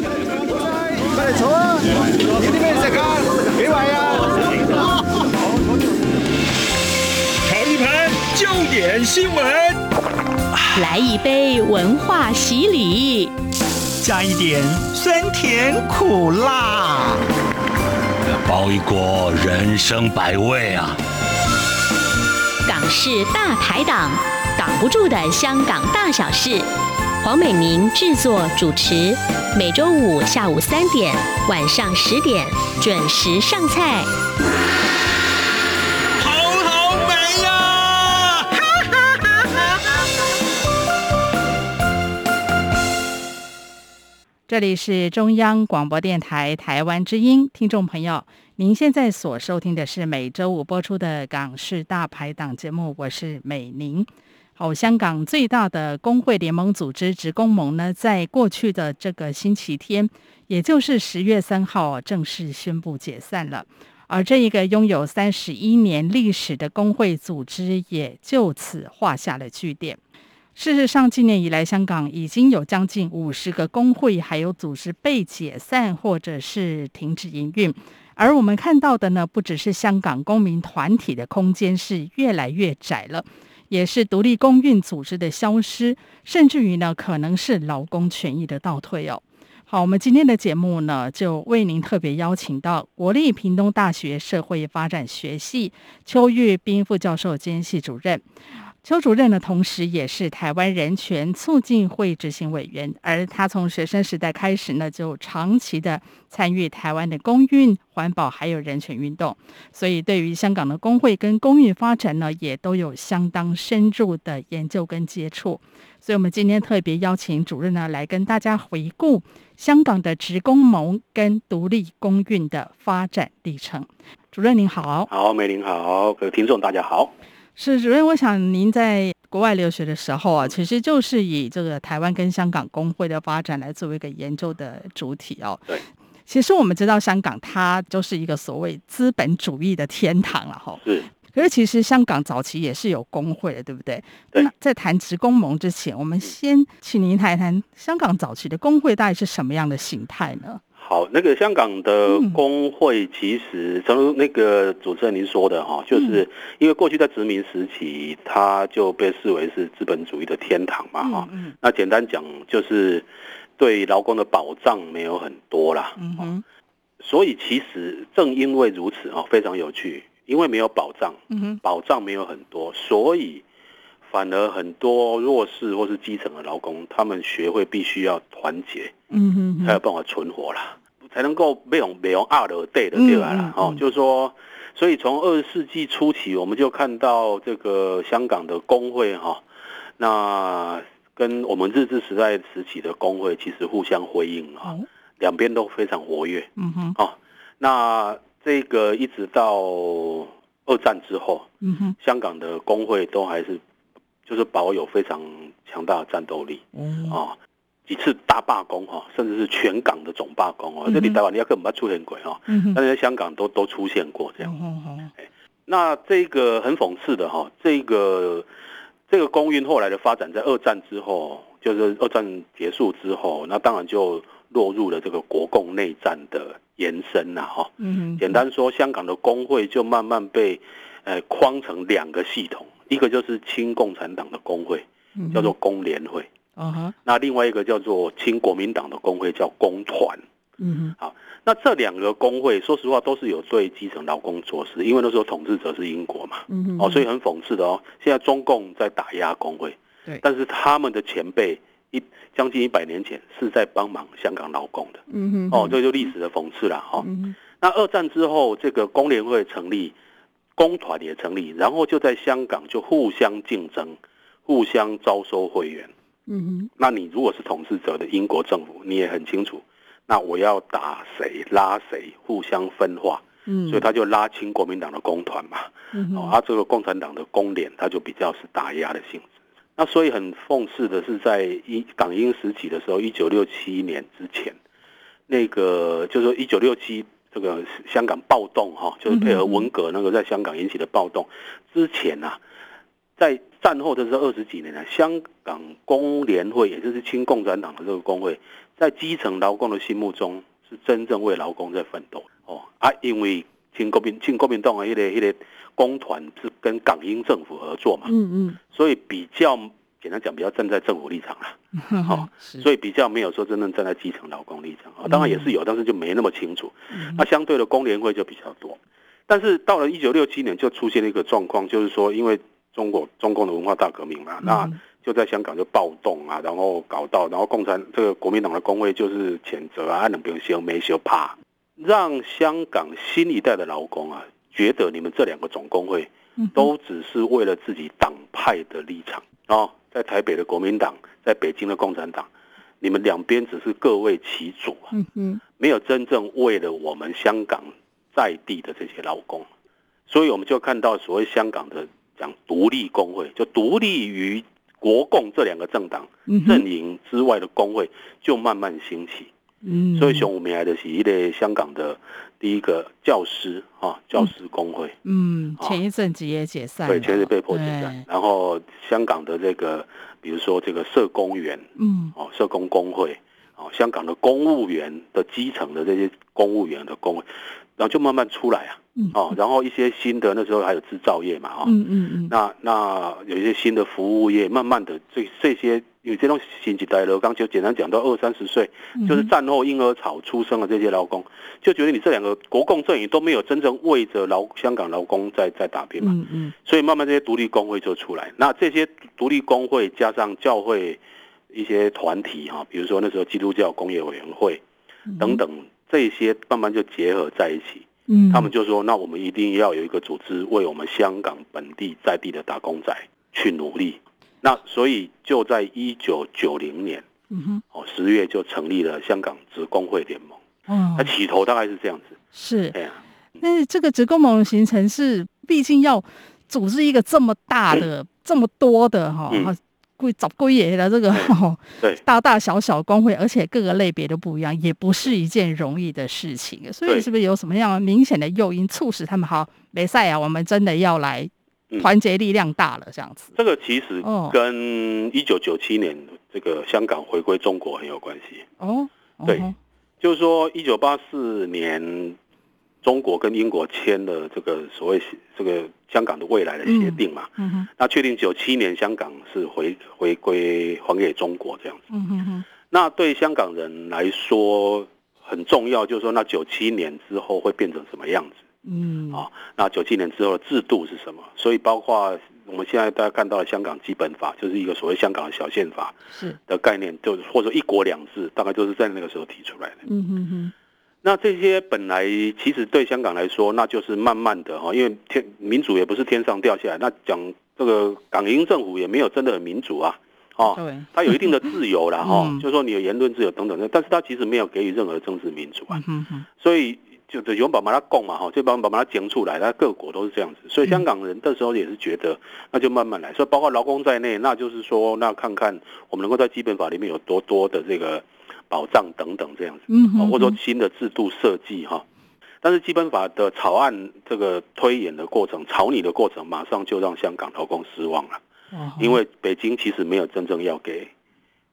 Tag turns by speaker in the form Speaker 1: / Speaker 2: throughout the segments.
Speaker 1: 快嚟坐啊！要啲咩食啊？幾位啊？
Speaker 2: 炒一盘焦点新闻，
Speaker 3: 来一杯文化洗礼，
Speaker 4: 加一点酸甜苦辣，
Speaker 5: 包一锅人生百味啊！
Speaker 3: 港式大排档，挡不住的香港大小事。黄美明制作主持，每周五下午三点、晚上十点准时上菜。
Speaker 2: 好好美啊呀、
Speaker 6: 这里是中央广播电台台湾之音，听众朋友，您现在所收听的是每周五播出的《港式大排档》节目，我是美宁。好，香港最大的工会联盟组织职工盟呢，在过去的这个星期天，也就是十月三号，正式宣布解散了。而这一个拥有三十一年历史的工会组织，也就此画下了句点。事实上，今年以来，香港已经有将近五十个工会还有组织被解散或者是停止营运。而我们看到的呢，不只是香港公民团体的空间是越来越窄了，也是独立公运组织的消失，甚至于呢，可能是劳工权益的倒退哦。好，我们今天的节目呢，就为您特别邀请到国立屏东大学社会发展学系邱玉斌副教授兼系主任。邱主任呢，同时也是台湾人权促进会执行委员，而他从学生时代开始呢，就长期的参与台湾的公运、环保还有人权运动，所以对于香港的工会跟公运发展呢，也都有相当深入的研究跟接触。所以，我们今天特别邀请主任呢，来跟大家回顾香港的职工盟跟独立公运的发展历程。主任您好，
Speaker 1: 好，美玲好，各位听众大家好。
Speaker 6: 是主任，我想您在国外留学的时候啊，其实就是以这个台湾跟香港工会的发展来作为一个研究的主体哦。
Speaker 1: 对。
Speaker 6: 其实我们知道，香港它就是一个所谓资本主义的天堂了哈。
Speaker 1: 是。
Speaker 6: 可是其实香港早期也是有工会的，对不对？
Speaker 1: 对
Speaker 6: 那在谈职工盟之前，我们先请您谈一谈香港早期的工会大概是什么样的形态呢？
Speaker 1: 好，那个香港的
Speaker 6: 嗯
Speaker 1: 工会其实，正如那个主持人您说的
Speaker 2: 嗯
Speaker 1: 哈，就是因为过去在殖民时期，它就被视为是资本主义的天堂嘛哈。
Speaker 6: 嗯
Speaker 1: 那简单讲，就是对劳工的保障没有很多啦。
Speaker 6: 嗯哼
Speaker 1: 所以其实正因为如此哦，非常有趣，因为没有保障，
Speaker 6: 嗯哼
Speaker 1: 保障没有很多，所以反而很多弱势或是基层的劳工，他们学会必须要团结，
Speaker 6: 嗯哼
Speaker 1: 才
Speaker 6: 哼
Speaker 1: 有办法存活啦，才能够没有没有二的对的
Speaker 6: 嗯
Speaker 1: 对吧啦？
Speaker 6: 嗯
Speaker 1: 哦
Speaker 6: 嗯，
Speaker 1: 就是说，所以从二十世纪初期，我们就看到这个香港的工会哈、那跟我们日治时代时期的工会其实互相辉映啊、
Speaker 6: 哦
Speaker 1: 两边都非常活跃。
Speaker 6: 嗯哼
Speaker 1: 那这个一直到二战之后，
Speaker 6: 嗯哼
Speaker 1: 香港的工会都还是就是保有非常强大的战斗力
Speaker 6: 哦
Speaker 1: 啊、几次大罢工哈、甚至是全港的总罢工哦，
Speaker 6: 嗯哼
Speaker 1: 这里台湾你要根本没出现过哈、
Speaker 6: 嗯哼
Speaker 1: 但是在香港都都出现过哦这样。
Speaker 6: 哦哦
Speaker 1: 那这个很讽刺的哈、哦这个这个公运后来的发展，在二战之后，就是二战结束之后，那当然就落入了这个国共内战的延伸啊哦呐、哈、
Speaker 6: 嗯哼
Speaker 1: 简单说，香港的工会就慢慢被呃框成两个系统，一个就是亲共产党的工会，叫做工联会；
Speaker 6: 嗯哼
Speaker 1: 那另外一个叫做亲国民党的工会，叫工团。
Speaker 6: 嗯哼
Speaker 1: 那这两个工会，说实话都是有对基层劳工做事，因为那时候统治者是英国嘛，
Speaker 6: 嗯哼
Speaker 1: 哦，所以很讽刺的哦。现在中共在打压工会，
Speaker 6: 对
Speaker 1: 但是他们的前辈一将近一百年前是在帮忙香港劳工的，
Speaker 6: 嗯哼
Speaker 1: 哦，这就历史的讽刺了哈、哦。
Speaker 6: 嗯
Speaker 1: 那二战之后，这个工联会成立，工团也成立，然后就在香港就互相竞争，互相招收会员。
Speaker 6: 嗯
Speaker 1: 那你如果是统治者的英国政府，你也很清楚，那我要打谁拉谁，互相分化，
Speaker 6: 嗯
Speaker 1: 所以他就拉清国民党的工团嘛，
Speaker 6: 嗯
Speaker 1: 哦，
Speaker 6: 哼
Speaker 1: 啊，这个共产党的公联，它就比较是打压的性质。那所以很讽刺的是，在一港英时期的时候，一九六七年之前，那个就是说一九六七这个香港暴动哈、就是配
Speaker 6: 嗯
Speaker 1: 合文革那个在香港引起的暴动之前啊，在啊战后的这二十几年来，香港工联会也就是亲共产党的这个工会，在基层劳工的心目中是真正为劳工在奋斗哦啊，因为进国民进国民党的迄、个迄、个工团是跟港英政府合作嘛，
Speaker 6: 嗯
Speaker 1: 所以比较简单讲，比较站在政府立场啦，
Speaker 6: 嗯，哼
Speaker 1: 好
Speaker 6: 哼是
Speaker 1: 所以比较没有说真正站在基层劳工立场啊、哦当然也是有，但是就没那么清楚。
Speaker 6: 嗯
Speaker 1: 那相对的工联会就比较多，但是到了一九六七年就出现了一个状况，就是说因为中国中共的文化大革命嘛，那
Speaker 6: 嗯
Speaker 1: 就在香港就暴动啊，然后搞到，然后共产这个国民党的工会就是谴责啊，能不能修没修怕，让香港新一代的劳工啊，觉得你们这两个总工会
Speaker 6: 嗯
Speaker 1: 都只是为了自己党派的立场哦，在台北的国民党，在北京的共产党，你们两边只是各为其主啊，
Speaker 6: 嗯嗯
Speaker 1: 没有真正为了我们香港在地的这些劳工，所以我们就看到所谓香港的讲独立工会，就独立于国共这两个政党
Speaker 6: 嗯哼
Speaker 1: 阵营之外的工会，就慢慢兴起。
Speaker 6: 嗯，
Speaker 1: 所以熊武明来的是一类香港的第一个教师啊，教师工会，
Speaker 6: 嗯，
Speaker 1: 哦
Speaker 6: 前一阵子也解散了，
Speaker 1: 对，全是被迫解散
Speaker 6: 对。，
Speaker 1: 然后香港的这个，比如说这个社工员，
Speaker 6: 嗯
Speaker 1: 哦，社工工会，哦，香港的公务员的基层的这些公务员的工会，然后就慢慢出来啊，
Speaker 6: 嗯
Speaker 1: 哦，然后一些新的那时候还有制造业嘛，啊、哦，
Speaker 6: 嗯嗯嗯，
Speaker 1: 那那有一些新的服务业，慢慢的这这些有这种新几代的，刚就简单讲到二三十岁，
Speaker 6: 嗯
Speaker 1: 就是战后婴儿潮出生的这些劳工，就觉得你这两个国共阵营都没有真正为着劳香港劳工在在打拼嘛，
Speaker 6: 嗯嗯
Speaker 1: 所以慢慢这些独立工会就出来。那这些独立工会加上教会一些团体哈，比如说那时候基督教工业委员会等等，这些慢慢就结合在一起。
Speaker 6: 嗯，
Speaker 1: 他们就说，那我们一定要有一个组织为我们香港本地在地的打工仔去努力。那所以就在一九九零年
Speaker 6: 嗯哼
Speaker 1: 哦十月就成立了香港职工会联盟。它
Speaker 6: 哦
Speaker 1: 起头大概是这样子，
Speaker 6: 是，
Speaker 1: 哎呀、
Speaker 6: 但是这个职工盟的形成是，毕竟要组织一个这么大的、这么多的哈
Speaker 1: 嗯，
Speaker 6: 贵找贵爷的这个
Speaker 1: 对
Speaker 6: 哈，
Speaker 1: 对
Speaker 6: 大大小小工会，而且各个类别都不一样，也不是一件容易的事情。所以
Speaker 1: 对
Speaker 6: 是不是有什么样明显的诱因促使他们好没赛啊？我们真的要来
Speaker 1: 嗯
Speaker 6: 团结力量大了这样子？
Speaker 1: 这个其实
Speaker 6: 哦
Speaker 1: 跟一九九七年这个香港回归中国很有关系。
Speaker 6: 哦，哦
Speaker 1: 对
Speaker 6: 吼
Speaker 1: 就是说，一九八四年，中国跟英国签了这个所谓这个香港的未来的协定嘛。
Speaker 6: 嗯哼，
Speaker 1: 那确定九七年香港是回回归还给中国这样子。
Speaker 6: 嗯哼哼，
Speaker 1: 那对香港人来说很重要，就是说那九七年之后会变成什么样子？
Speaker 6: 嗯，
Speaker 1: 啊那九七年之后的制度是什么？所以包括我们现在大家看到的香港基本法，就是一个所谓香港的小宪法
Speaker 6: 是，
Speaker 1: 的概念，就是或者说一国两制，大概就是在那个时候提出来的。
Speaker 6: 嗯哼哼，
Speaker 1: 那这些本来其实对香港来说，那就是慢慢的哈，因为天民主也不是天上掉下来。那讲这个港英政府也没有真的很民主啊，哦，
Speaker 6: 对，
Speaker 1: 它有一定的自由啦哈、
Speaker 6: 嗯
Speaker 1: 就说你有言论自由等等的，但是它其实没有给予任何政治民主啊
Speaker 6: 嗯，哼哼，
Speaker 1: 所以就是永把把它供嘛哈，就把把把它讲出来，那各国都是这样子，
Speaker 6: 嗯
Speaker 1: 所以香港人那时候也是觉得，那就慢慢来，所以包括劳工在内，那就是说，那看看我们能够在基本法里面有多多的这个保障等等这样子。
Speaker 6: 嗯
Speaker 1: 哦，
Speaker 6: 哼，
Speaker 1: 或者说新的制度设计哈。但是基本法的草案这个推演的过程、草拟的过程，马上就让香港劳工失望了，
Speaker 6: 哦
Speaker 1: 因为北京其实没有真正要给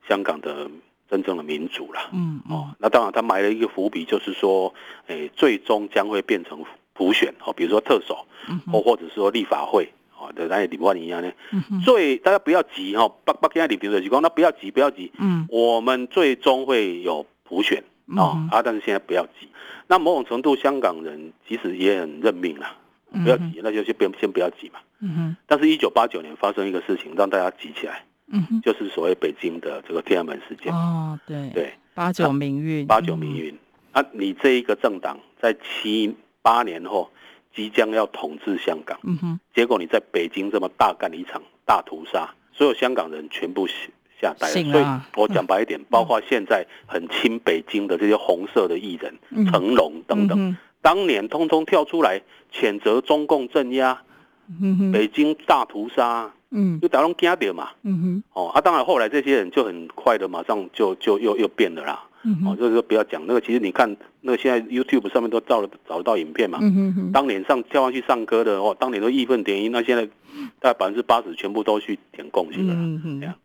Speaker 1: 香港的真正的民主了。
Speaker 6: 嗯哦，
Speaker 1: 那当然，他埋了一个伏笔，就是说，诶，最终将会变成普选哦，比如说特首，或或者是说立法会哦，的那李万一样呢。
Speaker 6: 嗯哼，
Speaker 1: 最大家不要急哈，北北京的李平的情况，那不要急，不要急，
Speaker 6: 嗯
Speaker 1: 我们最终会有普选
Speaker 6: 嗯
Speaker 1: 啊、啊！但是现在不要急。那某种程度，香港人其实也很认命了，
Speaker 6: 嗯
Speaker 1: 不要急，那就先不要先不要急嘛。
Speaker 6: 嗯哼，
Speaker 1: 但是，一九八九年发生一个事情，让大家急起来，
Speaker 6: 嗯哼，
Speaker 1: 就是所谓北京的这个天安门事件，
Speaker 6: 哦，对，
Speaker 1: 对
Speaker 6: 八九民运，嗯
Speaker 1: 八九民运。啊，你这一个政党在七八年后即将要统治香港，
Speaker 6: 嗯，嗯哼，
Speaker 1: 结果你在北京这么大干了一场大屠杀，所有香港人全部吓吓呆
Speaker 6: 醒
Speaker 1: 了。
Speaker 6: 了啊嗯
Speaker 1: 所以我讲白一点，包括现在很亲北京的这些红色的艺人，成龙等等，
Speaker 6: 嗯
Speaker 1: 当年通通跳出来谴责中共镇压、
Speaker 6: 哼，嗯哼，
Speaker 1: 北京大屠杀，
Speaker 6: 嗯
Speaker 1: 就打拢惊掉嘛。
Speaker 6: 嗯哼，
Speaker 1: 哦啊，当然后来这些人就很快的，马上就就又又变了啦。
Speaker 6: 嗯
Speaker 1: 哦，
Speaker 6: 哼，
Speaker 1: 就是说不要讲那个。其实你看，那个现在 YouTube 上面都照了找得到影片嘛。
Speaker 6: 嗯哼哼，
Speaker 1: 当年上跳上去上歌的哦，当年都义愤填膺，那现在大概百分之八十全部都去填空去了啦。
Speaker 6: 嗯哼
Speaker 1: 这样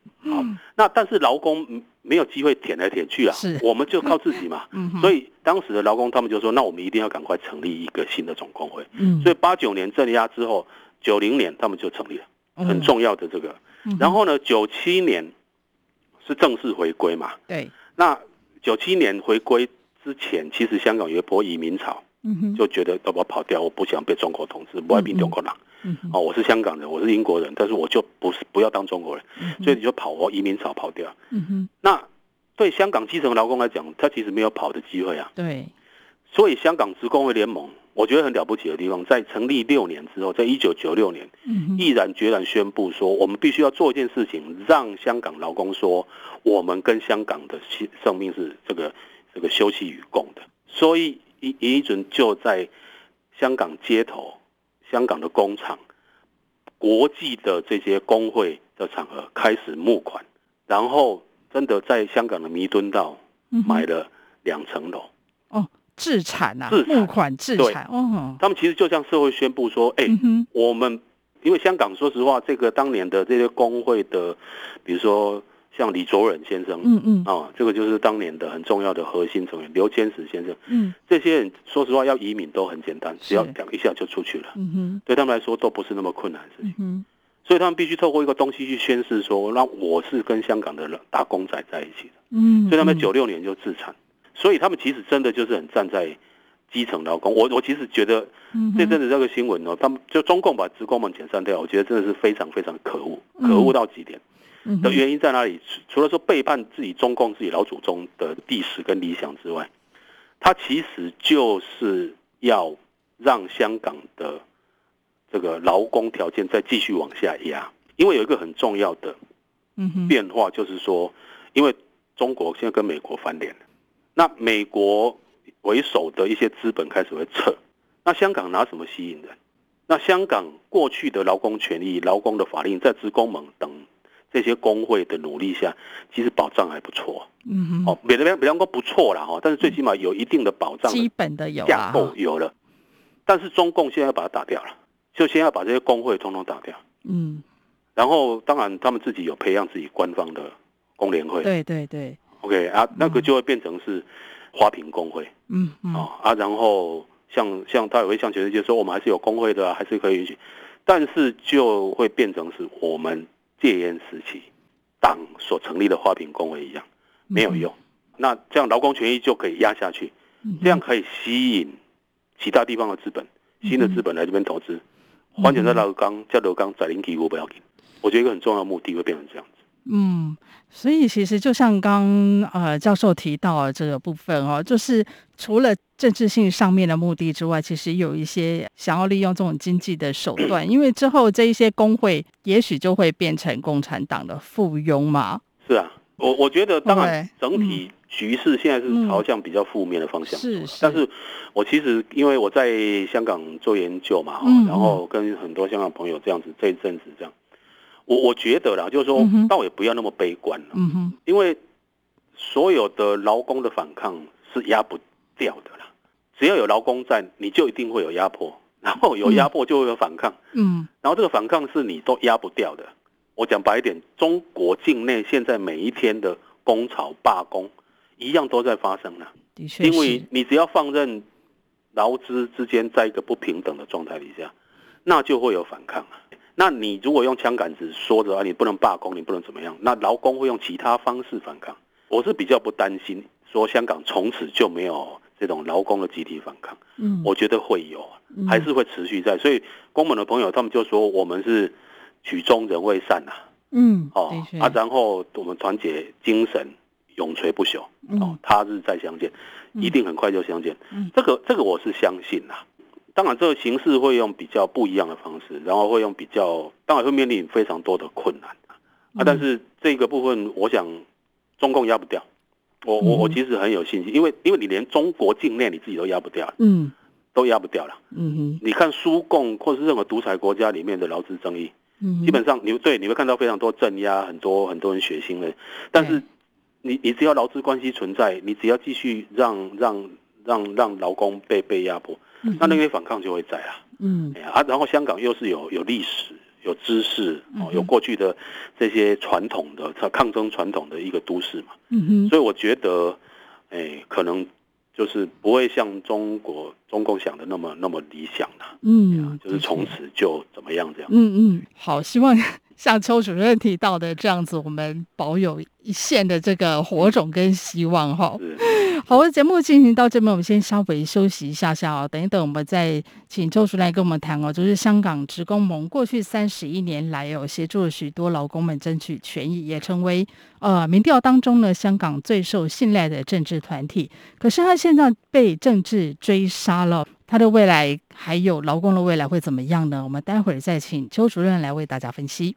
Speaker 1: 那但是劳工嗯没有机会舔来舔去啊
Speaker 6: 是，
Speaker 1: 我们就靠自己嘛。
Speaker 6: 嗯哼，
Speaker 1: 所
Speaker 6: 以，
Speaker 1: 以当时的劳工他们就说，那我们一定要赶快成立一个新的总工会。
Speaker 6: 嗯，
Speaker 1: 所以八九年镇压之后，九零年他们就成立了，
Speaker 6: 以
Speaker 1: 很，重要的这个。
Speaker 6: 嗯
Speaker 1: 然，后呢，九七年是正式回归嘛。
Speaker 6: 对，
Speaker 1: 那九七年回归之前，其实香港有一波移民潮，
Speaker 6: 嗯哼，
Speaker 1: 就觉得要不要跑掉，我不想被中国统治，不爱变中国人。
Speaker 6: 嗯哼，
Speaker 1: 哦，我是香港人，我是英国人，但是我就不是不要当中国人，
Speaker 6: 嗯哼
Speaker 1: 所以你就跑，哦我移民潮跑掉。
Speaker 6: 嗯哼，
Speaker 1: 那对香港基层劳工来讲，他其实没有跑的机会啊。
Speaker 6: 对，
Speaker 1: 所以香港职工会联盟，我觉得很了不起的地方，在成立六年之后，在一九九六年，
Speaker 6: 嗯哼，
Speaker 1: 毅然决然宣布说，我们必须要做一件事情，让香港劳工说，我们跟香港的生生命是这个这个休戚与共的。所以，一一准就在香港街头、香港的工厂、国际的这些工会的场合开始募款，然后真的在香港的弥敦道
Speaker 6: 嗯哼
Speaker 1: 买了两层楼。
Speaker 6: 自产啊，
Speaker 1: 自产
Speaker 6: 募款自
Speaker 1: 对
Speaker 6: 产，哦，
Speaker 1: 他们其实就向社会宣布说，哎、
Speaker 6: 嗯哼，
Speaker 1: 我们因为香港，说实话，这个当年的这些工会的，比如说像李卓仁先生，
Speaker 6: 嗯嗯
Speaker 1: 啊，这个就是当年的很重要的核心成员，刘坚石先生，
Speaker 6: 嗯
Speaker 1: 这些人说实话要移民都很简单，只要
Speaker 6: 是
Speaker 1: 讲一下就出去了，
Speaker 6: 嗯哼，
Speaker 1: 对他们来说都不是那么困难的事情
Speaker 6: 嗯，哼，
Speaker 1: 所以他们必须透过一个东西去宣示说，那我是跟香港的打工仔在一起的，
Speaker 6: 嗯，
Speaker 1: 所以他们
Speaker 6: 嗯
Speaker 1: 九，六年就自产，所以他们其实真的就是很站在基层劳工，我我其实觉得。
Speaker 6: 嗯哼
Speaker 1: 这阵子这个新闻哦，他们就中共把职工们遣散掉，我觉得真的是非常非常可恶，
Speaker 6: 嗯
Speaker 1: 可恶到极点。
Speaker 6: 嗯哼
Speaker 1: 的原因在哪里？除除了说背叛自己中共自己老祖宗的历史跟理想之外，他其实就是要让香港的这个劳工条件再继续往下压，因为有一个很重要的
Speaker 6: 嗯哼，
Speaker 1: 变化就是说，因为中国现在跟美国翻脸了，那美国为首的一些资本开始会撤，那香港拿什么吸引人？那香港过去的劳工权益、劳工的法令，在职工盟等这些工会的努力下，其实保障还不错
Speaker 6: 嗯哼，
Speaker 1: 哦。美的美良工不错啦哈，哦但是最起码有一定的保障的
Speaker 6: 基本的有
Speaker 1: 架
Speaker 6: 啦，
Speaker 1: 构
Speaker 6: 哈
Speaker 1: 有了，但是中共现在要把它打掉了，就先要把这些工会通通打掉。
Speaker 6: 嗯，
Speaker 1: 然后，当然他们自己有培养自己官方的工联会，
Speaker 6: 对对对，
Speaker 1: OK 啊，那个就会变成是花瓶工会
Speaker 6: 嗯
Speaker 1: 啊、
Speaker 6: 嗯
Speaker 1: 啊，然后像像他也会向全世界说，我们还是有工会的、啊，还是可以允许，但是就会变成是我们戒烟时期党所成立的花瓶工会一样没有用，那这样劳工权益就可以压下去，
Speaker 6: 嗯嗯哼
Speaker 1: 这样可以吸引其他地方的资本，新的资本来这边投资，
Speaker 6: 嗯
Speaker 1: 缓解在劳工叫劳工在零起我不要紧，我觉得一个很重要的目的会变成这样。
Speaker 6: 嗯，所以其实就像刚呃教授提到的这个部分哦，就是除了政治性上面的目的之外，其实有一些想要利用这种经济的手段，因为之后这一些工会也许就会变成共产党的附庸嘛。
Speaker 1: 是啊，我我觉得当然
Speaker 6: 对
Speaker 1: 整体局势现在是朝向比较负面的方向走了、
Speaker 6: 嗯是是
Speaker 1: 但是我其实因为我在香港做研究嘛，哈
Speaker 6: 嗯
Speaker 1: 然后跟很多香港朋友这样子这一阵子这样，我我觉得啦，就是说
Speaker 6: 嗯哼
Speaker 1: 倒也不要那么悲观了、
Speaker 6: 嗯哼，
Speaker 1: 因为所有的劳工的反抗是压不掉的啦，只要有劳工在，你就一定会有压迫，然后有压迫就会有反抗。
Speaker 6: 嗯
Speaker 1: 然后这个反抗是你都压不掉的。我讲白一点，中国境内现在每一天的工潮罢工，一样都在发生了。
Speaker 6: 的确
Speaker 1: 因为
Speaker 6: 是，
Speaker 1: 你只要放任劳资之间在一个不平等的状态底下，那就会有反抗啊。那你如果用枪杆子说着啊，你不能罢工，你不能怎么样，那劳工会用其他方式反抗。我是比较不担心说香港从此就没有这种劳工的集体反抗，
Speaker 6: 嗯，
Speaker 1: 我觉得会有啊。
Speaker 6: 嗯
Speaker 1: 还是会持续在。所以公盟的朋友他们就说我们是曲终人未散呐、啊
Speaker 6: 嗯，
Speaker 1: 哦
Speaker 6: 的确
Speaker 1: 啊，然后我们团结精神永垂不朽哦
Speaker 6: 嗯，
Speaker 1: 他日再相见，一定很快就相见。
Speaker 6: 嗯
Speaker 1: 这个这个我是相信啦、当然，这个形式会用比较不一样的方式，然后会用比较，当然会面临非常多的困难啊。
Speaker 6: 嗯
Speaker 1: 啊但是这个部分，我想中共压不掉。我我我
Speaker 6: 嗯
Speaker 1: 其实很有信心，因为因为你连中国境内你自己都压不掉了，
Speaker 6: 嗯
Speaker 1: 都压不掉了。
Speaker 6: 嗯哼
Speaker 1: 你看苏共或是任何独裁国家里面的劳资争议，
Speaker 6: 嗯哼，
Speaker 1: 基本上你对你会看到非常多镇压，很多很多人血腥的，但是你你只要劳资关系存在，你只要继续让让让让劳工被被压迫，那那个反抗就会在啊。
Speaker 6: 嗯
Speaker 1: 哎呀啊，然后香港又是有有历史、有知识
Speaker 6: 嗯
Speaker 1: 哦，有过去的这些传统的它抗争传统的一个都市嘛，
Speaker 6: 嗯哼，
Speaker 1: 所以我觉得，哎，可能就是不会像中国中共想的那么那么理想了、
Speaker 6: 嗯，
Speaker 1: 啊就是从
Speaker 6: 的确
Speaker 1: 此就怎么样这样。
Speaker 6: 嗯嗯，好，希望 像邱主任提到的这样子，我们保有一线的这个火种跟希望哈。
Speaker 1: 是，
Speaker 6: 好，我的节目进行到这边，我们先稍微休息一下下哦，等一等，我们再请周叔来跟我们谈哦，就是香港职工盟过去三十一年来哦，协助了许多劳工们争取权益，也成为呃民调当中呢香港最受信赖的政治团体。可是他现在被政治追杀了，他的未来还有劳工的未来会怎么样呢？我们待会儿再请邱主任来为大家分析。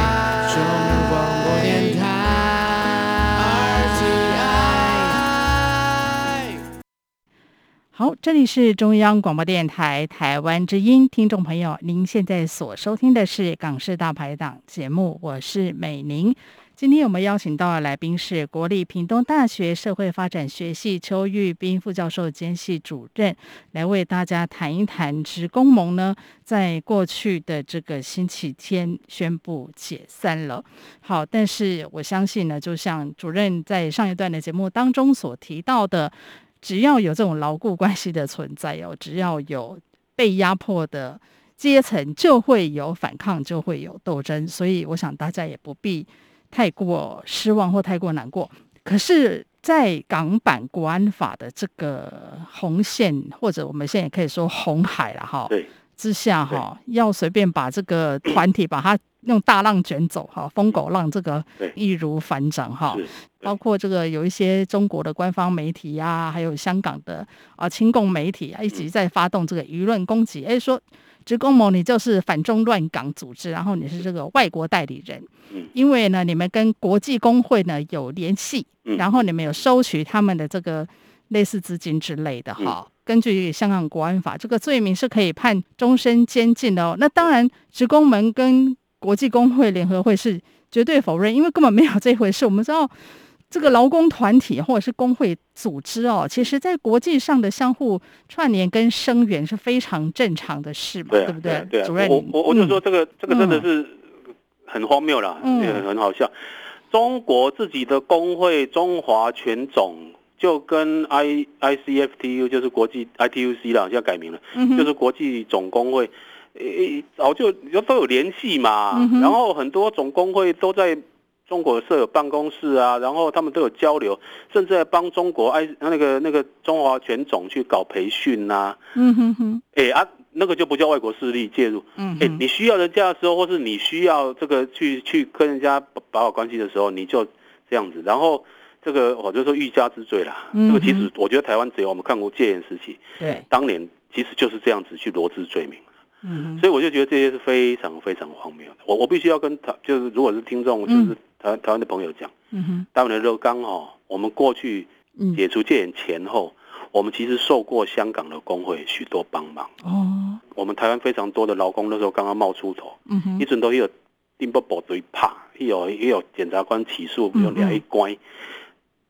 Speaker 7: 中央广播电台，RTI。
Speaker 6: 好，这里是中央广播电台台湾之音，听众朋友，您现在所收听的是《港式大排档》节目，我是美玲。今天我们邀请到的来宾是国立屏东大学社会发展学系邱玉斌副教授兼系主任，来为大家谈一谈职工盟呢，在过去的这个星期天宣布解散了。好，但是我相信呢，就像主任在上一段的节目当中所提到的，只要有这种牢固关系的存在哦，只要有被压迫的阶层，就会有反抗，就会有斗争。所以，我想大家也不必太过失望或太过难过。可是，在港版国安法的这个红线，或者我们现在也可以说红海了哈，
Speaker 1: 对，
Speaker 6: 之下哈，要随便把这 个团体把它用大浪卷走哈，疯狗浪这个
Speaker 1: 对
Speaker 6: 易如反掌哈
Speaker 1: 是。
Speaker 6: 包括这个有一些中国的官方媒体啊，还有香港的啊亲共媒体
Speaker 1: 嗯
Speaker 6: 啊，一直在发动这个舆论攻击，哎、说职工盟你就是反中乱港组织，然后你是这个外国代理人，
Speaker 1: 嗯
Speaker 6: 因为呢你们跟国际工会呢有联系，
Speaker 1: 嗯
Speaker 6: 然后你们有收取他们的这个类似资金之类的哈。根据香港国安法，这个罪名是可以判终身监禁的哦。那当然，职工们跟国际工会联合会是绝对否认，因为根本没有这回事。我们知道，这个劳工团体或者是工会组织哦，其实在国际上的相互串联跟声援是非常正常的事嘛，
Speaker 1: 对啊，
Speaker 6: 不
Speaker 1: 对
Speaker 6: 对
Speaker 1: 啊？对啊，
Speaker 6: 主任，
Speaker 1: 我我我就说
Speaker 6: 嗯，
Speaker 1: 这个、这个真的是很荒谬啦，
Speaker 6: 嗯
Speaker 1: 也很好笑。中国自己的工会中华全总就跟 I I C F T U 就是国际 I T U C 啦，现在改名了，
Speaker 6: 嗯哼
Speaker 1: 就是国际总工会，诶、早就都有联系嘛。
Speaker 6: 嗯哼
Speaker 1: 然后很多总工会都在中国设有办公室啊，然后他们都有交流，甚至还帮中国 I 那个那个中华全总去搞培训呐、
Speaker 6: 嗯哼哼，
Speaker 1: 哎、啊，那个就不叫外国势力介入。
Speaker 6: 嗯
Speaker 1: 哎、
Speaker 6: 哼
Speaker 1: 你需要人家的时候，或是你需要这个去去跟人家把把好关系的时候，你就这样子。然后这个我就说欲加之罪啦。
Speaker 6: 嗯
Speaker 1: 这
Speaker 6: 哼
Speaker 1: 个其实我觉得台湾只有我们看过戒严时期，
Speaker 6: 对，
Speaker 1: 当年其实就是这样子去罗织罪名。
Speaker 6: 嗯哼，
Speaker 1: 所以我就觉得这些是非常非常荒谬的。我我必须要跟台，就是如果是听众，就
Speaker 6: 嗯
Speaker 1: 是台台湾的朋友讲，
Speaker 6: 嗯哼，
Speaker 1: 台湾的热刚哦，我们过去
Speaker 6: 嗯，
Speaker 1: 解除戒严前后，我们其实受过香港的工会许多帮忙。
Speaker 6: 哦，
Speaker 1: 我们台湾非常多的劳工那时候刚刚冒出头，
Speaker 6: 嗯哼
Speaker 1: 一，阵都有丁不保对怕，也有也有检察官起诉，
Speaker 6: 嗯
Speaker 1: 有两一关。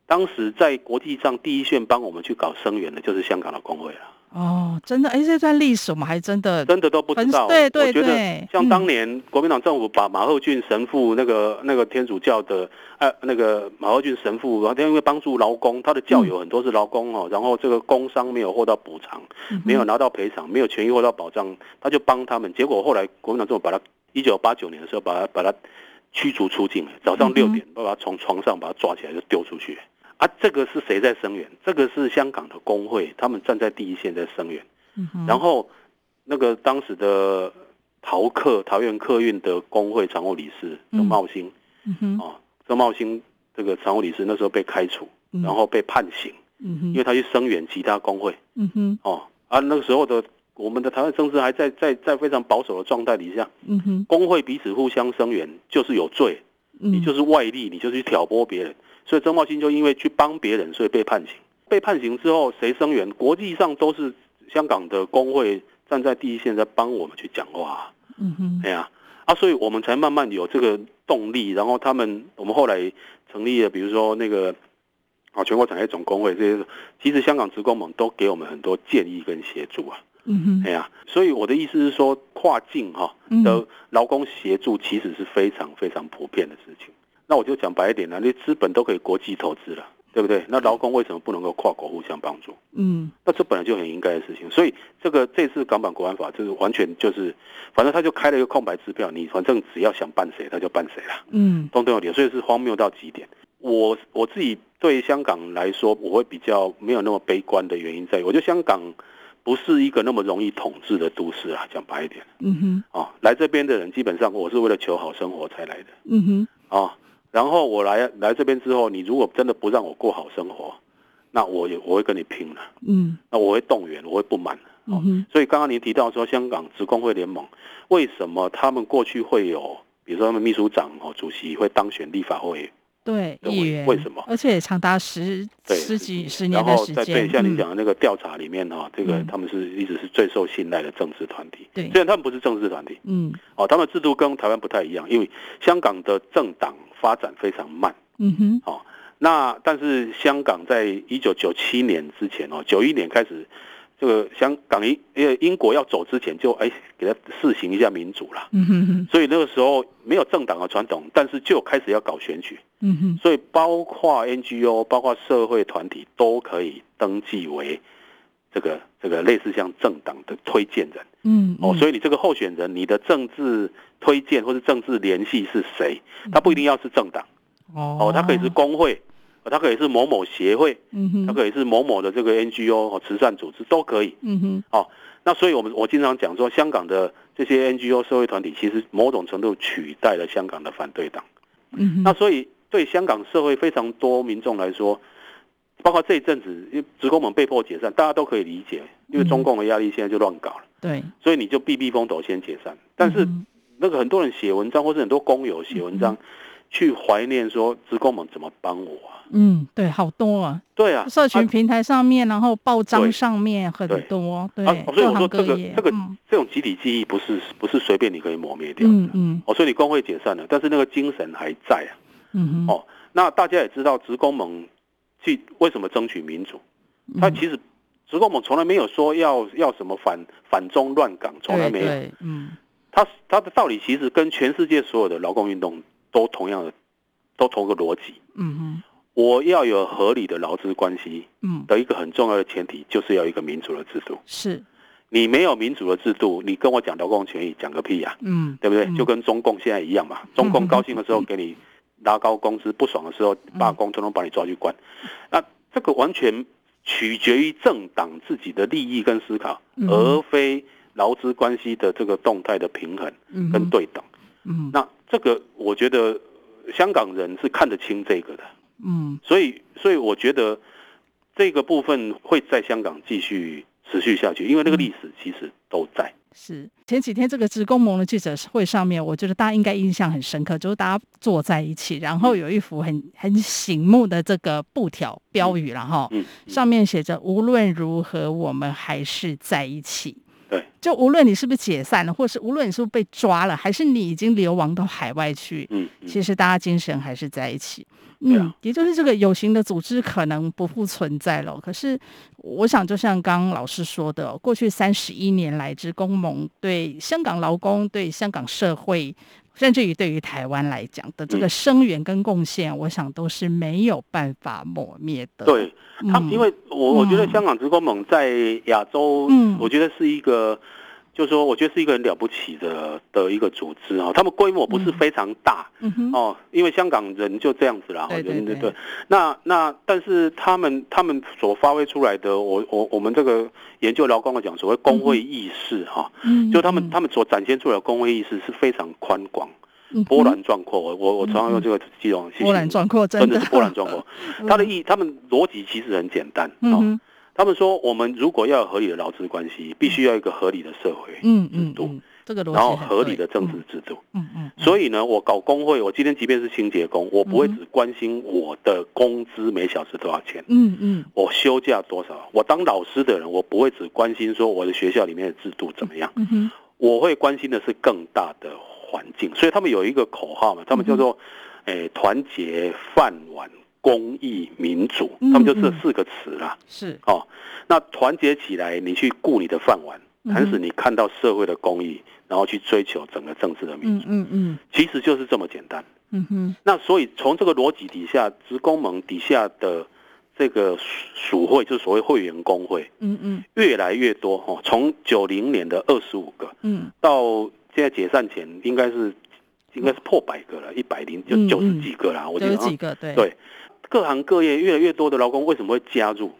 Speaker 1: 当时在国际上第一线帮我们去搞声援的，就是香港的工会了。
Speaker 6: 哦，真的，哎，这段历史我们还真的，
Speaker 1: 真的都不知道。
Speaker 6: 很对对
Speaker 1: 我觉
Speaker 6: 对
Speaker 1: 得像当
Speaker 6: 嗯
Speaker 1: 年国民党政府把马后俊神父那个那个天主教的呃那个马后俊神父，然后因为帮助劳工，他的教友很多是劳工
Speaker 6: 嗯
Speaker 1: 哦，然后这个工伤没有获到补偿，没有拿到赔偿，没有权益获到保障，他就帮他们。结果后来国民党政府把他一九八九年的时候把他把他驱逐出境了，早上
Speaker 6: 嗯
Speaker 1: 六点把他从床上把他抓起来就丢出去。啊，这个是谁在声援？这个是香港的工会，他们站在第一线在声援。
Speaker 6: 嗯哼
Speaker 1: 然后那个当时的桃客桃园客运的工会常务理事
Speaker 6: 嗯
Speaker 1: 郑茂兴
Speaker 6: 嗯哼，
Speaker 1: 啊，郑茂兴这个常务理事那时候被开除，
Speaker 6: 嗯
Speaker 1: 然后被判刑，
Speaker 6: 嗯
Speaker 1: 因
Speaker 6: 哼，
Speaker 1: 为他去声援其他工会
Speaker 6: 嗯哼，
Speaker 1: 哦啊，那个时候的我们的台湾政治还在在在非常保守的状态底下，
Speaker 6: 嗯哼，
Speaker 1: 工会彼此互相声援就是有罪，
Speaker 6: 嗯
Speaker 1: 你就是外力，你就是去挑拨别人。所以曾茂兴就因为去帮别人，所以被判刑。被判刑之后，谁声援？国际上都是香港的工会站在第一线，在帮我们去讲话啊。
Speaker 6: 嗯哼，
Speaker 1: 哎呀，啊，所以我们才慢慢有这个动力。然后他们，我们后来成立了，比如说那个啊，全国产业总工会这些，其实香港职工盟都给我们很多建议跟协助啊。
Speaker 6: 嗯哼，
Speaker 1: 哎呀，所以我的意思是说，跨境哈
Speaker 6: 嗯
Speaker 1: 的劳工协助其实是非常非常普遍的事情。那我就讲白一点了、那资本都可以国际投资了，对不对？那劳工为什么不能够跨国互相帮助？
Speaker 6: 嗯
Speaker 1: 那这本来就很应该的事情，所以这个这次港版国安法就是完全就是，反正他就开了一个空白支票，你反正只要想办谁，他就办谁了，
Speaker 6: 嗯
Speaker 1: 都都有理，所以是荒谬到极点。我我自己对香港来说，我会比较没有那么悲观的原因在于，我觉得香港不是一个那么容易统治的都市啊，讲白一点
Speaker 6: 嗯哼，
Speaker 1: 啊、来这边的人基本上我是为了求好生活才来的
Speaker 6: 嗯哼，
Speaker 1: 啊、然后我来来这边之后，你如果真的不让我过好生活，那我也我会跟你拼了。
Speaker 6: 嗯
Speaker 1: 那我会动员，我会不满。哦
Speaker 6: 嗯哼
Speaker 1: 所以刚刚您提到说，香港职工会联盟为什么他们过去会有，比如说他们秘书长哦、主席会当选立法会，
Speaker 6: 对，
Speaker 1: 对
Speaker 6: 议
Speaker 1: 为
Speaker 6: 员
Speaker 1: 为什么
Speaker 6: 而且长达十
Speaker 1: 对
Speaker 6: 十几十年
Speaker 1: 然
Speaker 6: 的
Speaker 1: 后
Speaker 6: 时
Speaker 1: 在对
Speaker 6: 间，
Speaker 1: 像你
Speaker 6: 嗯
Speaker 1: 讲的那个调查里面哈、这个
Speaker 6: 嗯
Speaker 1: 他们是一直是最受信赖的政治团体。
Speaker 6: 对
Speaker 1: 虽然他们不是政治团体
Speaker 6: 嗯
Speaker 1: 哦，他们制度跟台湾不太一样，因为香港的政党发展非常慢。
Speaker 6: 嗯哼，
Speaker 1: 那但是香港在一九九七年之前哦，九一年开始，这个香港英呃英国要走之前就哎给他试行一下民主啦。
Speaker 6: 嗯哼哼，
Speaker 1: 所以那个时候没有政党的传统，但是就开始要搞选举，
Speaker 6: 嗯哼，
Speaker 1: 所以包括 NGO、包括社会团体都可以登记为这个这个类似像政党的推荐人
Speaker 6: 嗯
Speaker 1: 哦。所
Speaker 6: 以
Speaker 1: 以你这个候选人，你的政治推荐或是政治联系是谁？他不一定要是政党
Speaker 6: 嗯哦
Speaker 1: 哦，他可以是工会，哦他可以是某某协会，
Speaker 6: 嗯哼，
Speaker 1: 它可以是某某的这个 NGO 哦慈善组织都可以。
Speaker 6: 嗯哼，
Speaker 1: 那所以我们我经常讲说，香港的这些 NGO 社会团体其实某种程度取代了香港的反对党。
Speaker 6: 嗯哼，
Speaker 1: 那所以对香港社会非常多民众来说，包括这一阵子，因为职工盟被迫解散，大家都可以理解，因为中共的压力现在就乱搞了，
Speaker 6: 对，
Speaker 1: 所以你就避避风头先解散。但是
Speaker 6: 嗯
Speaker 1: 那个很多人写文章，或是很多工友写文章，去怀念说职工盟怎么帮我啊？
Speaker 6: 嗯，对，好多啊，
Speaker 1: 对啊，
Speaker 6: 社群
Speaker 1: 啊
Speaker 6: 平台上面，然后报章
Speaker 1: 对
Speaker 6: 上面很
Speaker 1: 对
Speaker 6: 多，对
Speaker 1: 啊，，所以
Speaker 6: 各
Speaker 1: 我说
Speaker 6: 行
Speaker 1: 这
Speaker 6: 各
Speaker 1: 个
Speaker 6: 业，
Speaker 1: 这个
Speaker 6: 嗯
Speaker 1: 这种集体记忆不是不是随便你可以抹灭掉的。
Speaker 6: 嗯嗯
Speaker 1: 哦，所以你工会解散了，但是那个精神还在啊。
Speaker 6: 嗯哼，
Speaker 1: 哦，那大家也知道，职工盟去为什么争取民主？他
Speaker 6: 嗯
Speaker 1: 其实职工盟从来没有说要要什么反反中乱港，从来
Speaker 6: 对
Speaker 1: 没有。
Speaker 6: 对，嗯
Speaker 1: 他他的道理其实跟全世界所有的劳工运动都同样的，都同一个逻辑。
Speaker 6: 嗯哼，
Speaker 1: 我要有合理的劳资关系
Speaker 6: 嗯
Speaker 1: 的一个很重要的前提，就是要有一个民主的制度。
Speaker 6: 是，
Speaker 1: 你没有民主的制度，你跟我讲劳工权益，讲个屁呀、
Speaker 6: 嗯
Speaker 1: 对不对
Speaker 6: 嗯？
Speaker 1: 就跟中共现在一样嘛，中共高兴的时候给你拉高工资，不爽的时候罢工，通通把你抓去关。
Speaker 6: 嗯
Speaker 1: 那这个完全取决于政党自己的利益跟思考，
Speaker 6: 嗯
Speaker 1: 而非劳资关系的这个动态的平衡
Speaker 6: 嗯
Speaker 1: 跟
Speaker 6: 哼，
Speaker 1: 对等。
Speaker 6: 嗯
Speaker 1: 那这个我觉得呃香港人是看得清这个的，
Speaker 6: 嗯
Speaker 1: 所以所以我觉得这个部分会在香港继续持续下去，因为那个历史其实都在。
Speaker 6: 是。前几天这个职工盟的记者会上面，我觉得大家应该印象很深刻，就是大家坐在一起，然后有一幅很很醒目的这个布条标语然后
Speaker 1: 嗯，嗯
Speaker 6: 上面写着“无论如何，我们还是在一起”。
Speaker 1: 对，
Speaker 6: 就无论你是不是解散了，或是无论你是不是被抓了，还是你已经流亡到海外去，
Speaker 1: 嗯，嗯
Speaker 6: 其实大家精神还是在一起。
Speaker 1: 对啊
Speaker 6: 嗯，也就是这个有形的组织可能不复存在了。可是，我想就像刚刚老师说的哦，过去三十一年来，职工盟对香港劳工、对香港社会，甚至于对于台湾来讲的这个
Speaker 1: 嗯
Speaker 6: 声援跟贡献，我想都是没有办法抹灭的。
Speaker 1: 对，他
Speaker 6: 嗯
Speaker 1: 因为我我觉得
Speaker 6: 嗯
Speaker 1: 香港职工盟在亚洲，
Speaker 6: 嗯
Speaker 1: 我觉得是一个，就是说我觉得是一个很了不起的的一个组织哦，他们规模不是非常大、
Speaker 6: 嗯哼，
Speaker 1: 哦，因为香港人就这样子啦，
Speaker 6: 对对
Speaker 1: 人
Speaker 6: 对
Speaker 1: 对，那那但是他们他们所发挥出来的，我我我们这个研究劳工的讲所谓工会意识哈、
Speaker 6: 嗯
Speaker 1: 就他们
Speaker 6: 嗯
Speaker 1: 他们所展现出来的工会意识是非常宽广、
Speaker 6: 嗯哼嗯
Speaker 1: 波澜壮阔，我我我常常用这个系统，谢谢
Speaker 6: 波澜
Speaker 1: 你
Speaker 6: 壮阔，
Speaker 1: 真
Speaker 6: 的
Speaker 1: 的是波澜壮 阔。他的意，他们逻辑其实很简单
Speaker 6: 嗯
Speaker 1: 哦。
Speaker 6: 哼，
Speaker 1: 他们说，我们如果要有合理的劳资关系，必须要有一个合理的社会
Speaker 6: 嗯
Speaker 1: 制
Speaker 6: 嗯
Speaker 1: 度。
Speaker 6: 嗯这个逻辑
Speaker 1: 然后
Speaker 6: 很
Speaker 1: 合
Speaker 6: 对
Speaker 1: 理的政治，制度。
Speaker 6: 嗯嗯，
Speaker 1: 所
Speaker 6: 以
Speaker 1: 以呢，我搞工会，我今天即便是清洁工，我不会只关心我的工资每小时多少钱，
Speaker 6: 嗯嗯
Speaker 1: 我休假多少。我当老师的人，我不会只关心说我的学校里面的制度怎么样，
Speaker 6: 嗯哼，
Speaker 1: 我会关心的是更大的环境。所以他们有一个口号
Speaker 6: 嗯
Speaker 1: 嘛，他们叫做“诶、团结、饭碗、公益、民主”，
Speaker 6: 嗯
Speaker 1: 他们就这
Speaker 6: 嗯
Speaker 1: 四个词啦。
Speaker 6: 是，
Speaker 1: 哦，那团结起来，你去顾你的饭碗，
Speaker 6: 嗯
Speaker 1: 同时你看到社会的公益，然后去追求整个政治的民
Speaker 6: 嗯
Speaker 1: 主，
Speaker 6: 嗯嗯
Speaker 1: 其实就是这么简单。
Speaker 6: 嗯哼，
Speaker 1: 那所以从这个逻辑底下，职工盟底下的这个属会，就是所谓会员工会，
Speaker 6: 嗯嗯
Speaker 1: 越来越多哈。哦从九零年的二十五个
Speaker 6: 嗯
Speaker 1: 到现在解散前，应该是应该是破百个了，一百零就
Speaker 6: 嗯
Speaker 1: 九十几个啦。我
Speaker 6: 嗯，
Speaker 1: 觉
Speaker 6: 有
Speaker 1: 得哦
Speaker 6: 几个对，
Speaker 1: 对，各行各业越来越多的劳工为什么会加入？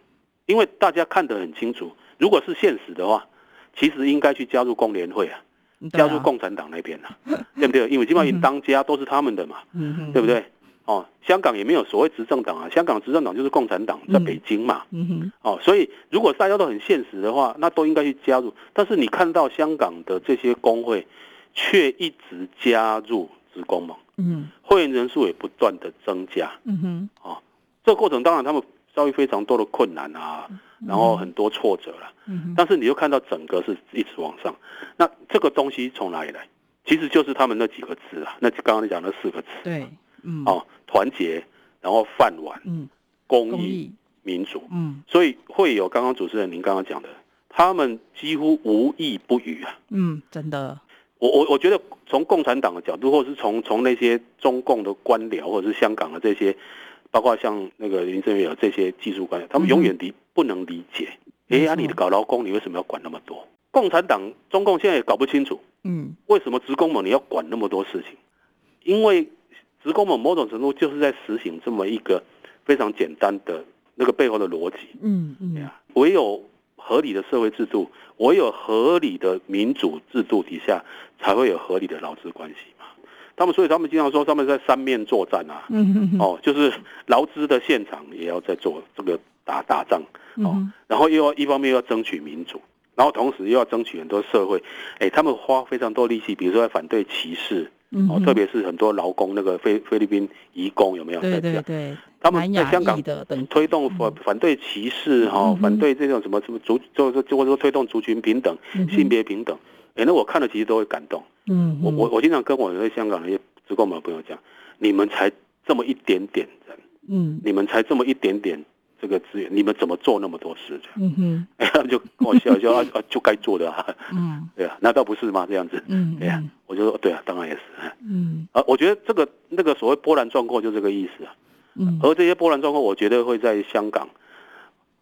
Speaker 1: 因为大家看得很清楚，如果是现实的话，其实应该去加入工联会啊，
Speaker 6: 对
Speaker 1: 加入
Speaker 6: 啊，
Speaker 1: 共产党那边啊， 对不对？因为基本
Speaker 6: 嗯
Speaker 1: 上当家都是他们的嘛，
Speaker 6: 嗯哼，
Speaker 1: 对不？对？哦，香港也没有所谓执政党啊，香港执政党就是共产党在
Speaker 6: 嗯
Speaker 1: 北京嘛。
Speaker 6: 嗯哼，
Speaker 1: 哦，所以如果大家都很现实的话，那都应该去加入。但是你看到香港的这些工会，却一直加入职工盟，
Speaker 6: 嗯
Speaker 1: 会员人数也不断的增加。
Speaker 6: 嗯哼，
Speaker 1: 这个过程当然他们遭遇非常多的困难啊，然后很多挫折啦、
Speaker 6: 嗯哼，
Speaker 1: 但是你就看到整个是一直往上。那这个东西从哪里来？其实就是他们那几个字啊，那刚刚你讲那四个词，
Speaker 6: 对，嗯，
Speaker 1: 哦，团结，然后饭碗、
Speaker 6: 嗯，
Speaker 1: 公
Speaker 6: 公
Speaker 1: 益、
Speaker 6: 益，
Speaker 1: 民主，
Speaker 6: 嗯
Speaker 1: 所以会有刚刚主持人您刚刚讲的，他们几乎无意不语啊。
Speaker 6: 嗯，真的，
Speaker 1: 我我我觉得从共产党的角度，或是从从那些中共的官僚，或者是香港的这些，包括像那个林郑月娥这些技术官僚，他们永远理、不能理解，
Speaker 6: 嗯没
Speaker 1: 哎
Speaker 6: 错
Speaker 1: 呀，啊你搞劳工，你为什么要管那么多？共产党、中共现在也搞不清楚，
Speaker 6: 嗯
Speaker 1: 为什么职工们你要管那么多事情？因为职工们某种程度就是在实行这么一个非常简单的那个背后的逻辑，
Speaker 6: 嗯
Speaker 1: 对
Speaker 6: 嗯
Speaker 1: 啊，唯有合理的社会制度，唯有合理的民主制度底下，才会有合理的劳资关系嘛。他们所以他们经常说他们在三面作战啊，
Speaker 6: 嗯哼，
Speaker 1: 哦，就是劳资的现场也要在做这个打打仗，
Speaker 6: 嗯
Speaker 1: 哦
Speaker 6: 哼，
Speaker 1: 然后又要一方面又要争取民主，然后同时又要争取很多社会，哎，他们花非常多力气，比如说在反对歧视，
Speaker 6: 嗯
Speaker 1: 哦，
Speaker 6: 哼
Speaker 1: 特别是很多劳工那个菲菲律宾移工有没有在这
Speaker 6: 对对
Speaker 1: 样？
Speaker 6: 对，
Speaker 1: 他们
Speaker 6: 南
Speaker 1: 在
Speaker 6: 亚
Speaker 1: 香港
Speaker 6: 裔的等
Speaker 1: 推动反反对歧视哈、
Speaker 6: 嗯嗯哼
Speaker 1: 反对这种什么什么族，就是或者说推动族群平等、
Speaker 6: 嗯哼
Speaker 1: 性别平等。哎，那我看了其实都会感动。
Speaker 6: 嗯
Speaker 1: 我
Speaker 6: 哼
Speaker 1: 我我经常跟我在香港的一些职工们朋友讲，你们才这么一点点人，
Speaker 6: 嗯
Speaker 1: 你们才这么一点点这个资源，你们怎么做那么多事？情？
Speaker 6: 嗯哼
Speaker 1: 哎，他们就跟我笑一笑啊啊，就该做的啊，
Speaker 6: 嗯
Speaker 1: 对啊，难道不是吗？这样子，
Speaker 6: 嗯
Speaker 1: 对啊
Speaker 6: 嗯，
Speaker 1: 我就说对啊，当然也是。
Speaker 6: 嗯
Speaker 1: 啊，我觉得这个那个所谓波澜壮阔就这个意思啊。
Speaker 6: 嗯
Speaker 1: 而这些波澜状况，我觉得会在香港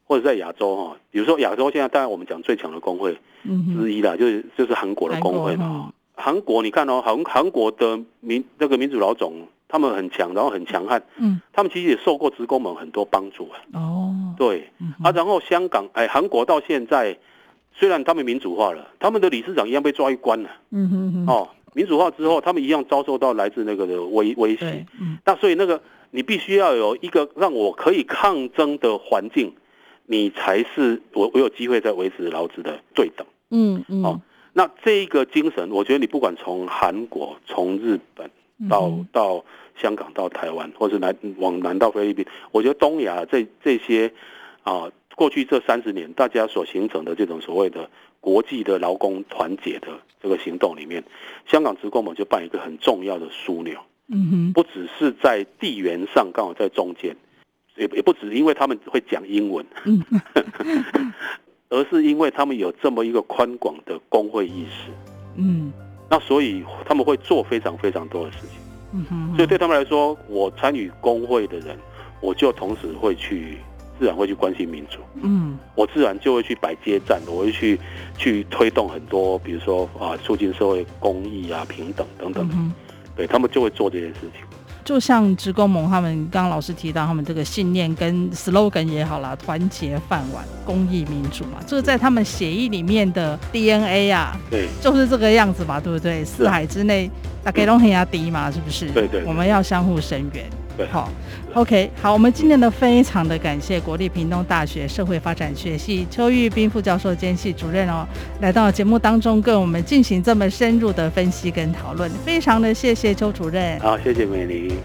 Speaker 1: 或者在亚洲哈，比如说亚洲现在当然我们讲最强的工会
Speaker 6: 嗯哼
Speaker 1: 之一啦，就是就是韩国的工会
Speaker 6: 韩国
Speaker 1: 嘛
Speaker 6: 嗯。
Speaker 1: 韩国你看哦，韩韩国的民那个民主老总，他们很强，然后很强悍，
Speaker 6: 嗯
Speaker 1: 他们其实也受过职工们很多帮助啊。
Speaker 6: 哦
Speaker 1: 对
Speaker 6: 嗯
Speaker 1: 啊，然后香港哎，韩国到现在虽然他们民主化了，他们的理事长一样被抓一关了
Speaker 6: 嗯哼哼
Speaker 1: 哦。民主化之后，他们一样遭受到来自那个的威威胁
Speaker 6: 对。嗯
Speaker 1: 那所以那个你必须要有一个让我可以抗争的环境，你才是我我有机会在维持劳资的对等。
Speaker 6: 嗯嗯
Speaker 1: 哦那这一个精神，我觉得你不管从韩国、从日本到、
Speaker 6: 嗯
Speaker 1: 到香港、到台湾，或是南往南到菲律宾，我觉得东亚这这些啊、过去这三十年大家所形成的这种所谓的国际的劳工团结的这个行动里面，香港职工盟就扮演一个很重要的枢纽。
Speaker 6: 嗯哼
Speaker 1: 不只是在地缘上刚好在中间，也也不只因为他们会讲英文，
Speaker 6: 嗯
Speaker 1: 而是因为他们有这么一个宽广的工会意识，
Speaker 6: 嗯
Speaker 1: 那所以他们会做非常非常多的事情。
Speaker 6: 嗯哼
Speaker 1: 所以对他们来说，我参与工会的人，我就同时会去自然会去关心民主，
Speaker 6: 嗯
Speaker 1: 我自然就会去摆街站，我会去去推动很多，比如说啊，促进社会公益啊、平等等等
Speaker 6: 嗯
Speaker 1: 的，
Speaker 6: 哼。
Speaker 1: 对他们就会做这件事情。
Speaker 6: 就像职工盟他们刚刚老师提到，他们这个信念跟 slogan 也好啦，团结饭碗、公益民主嘛，这个在他们协议里面的 DNA 啊，
Speaker 1: 对，
Speaker 6: 就是这个样子嘛，对不对？四海之内，大家都很压低嘛，是不是？
Speaker 1: 对对对
Speaker 6: 我们要相互声援。
Speaker 1: 对
Speaker 6: 好，OK，好，我们今天呢非常的感谢国立屏东大学社会发展学系邱玉斌副教授兼系主任哦，来到节目当中跟我们进行这么深入的分析跟讨论，非常的谢谢邱主任。
Speaker 1: 好，谢谢美玲。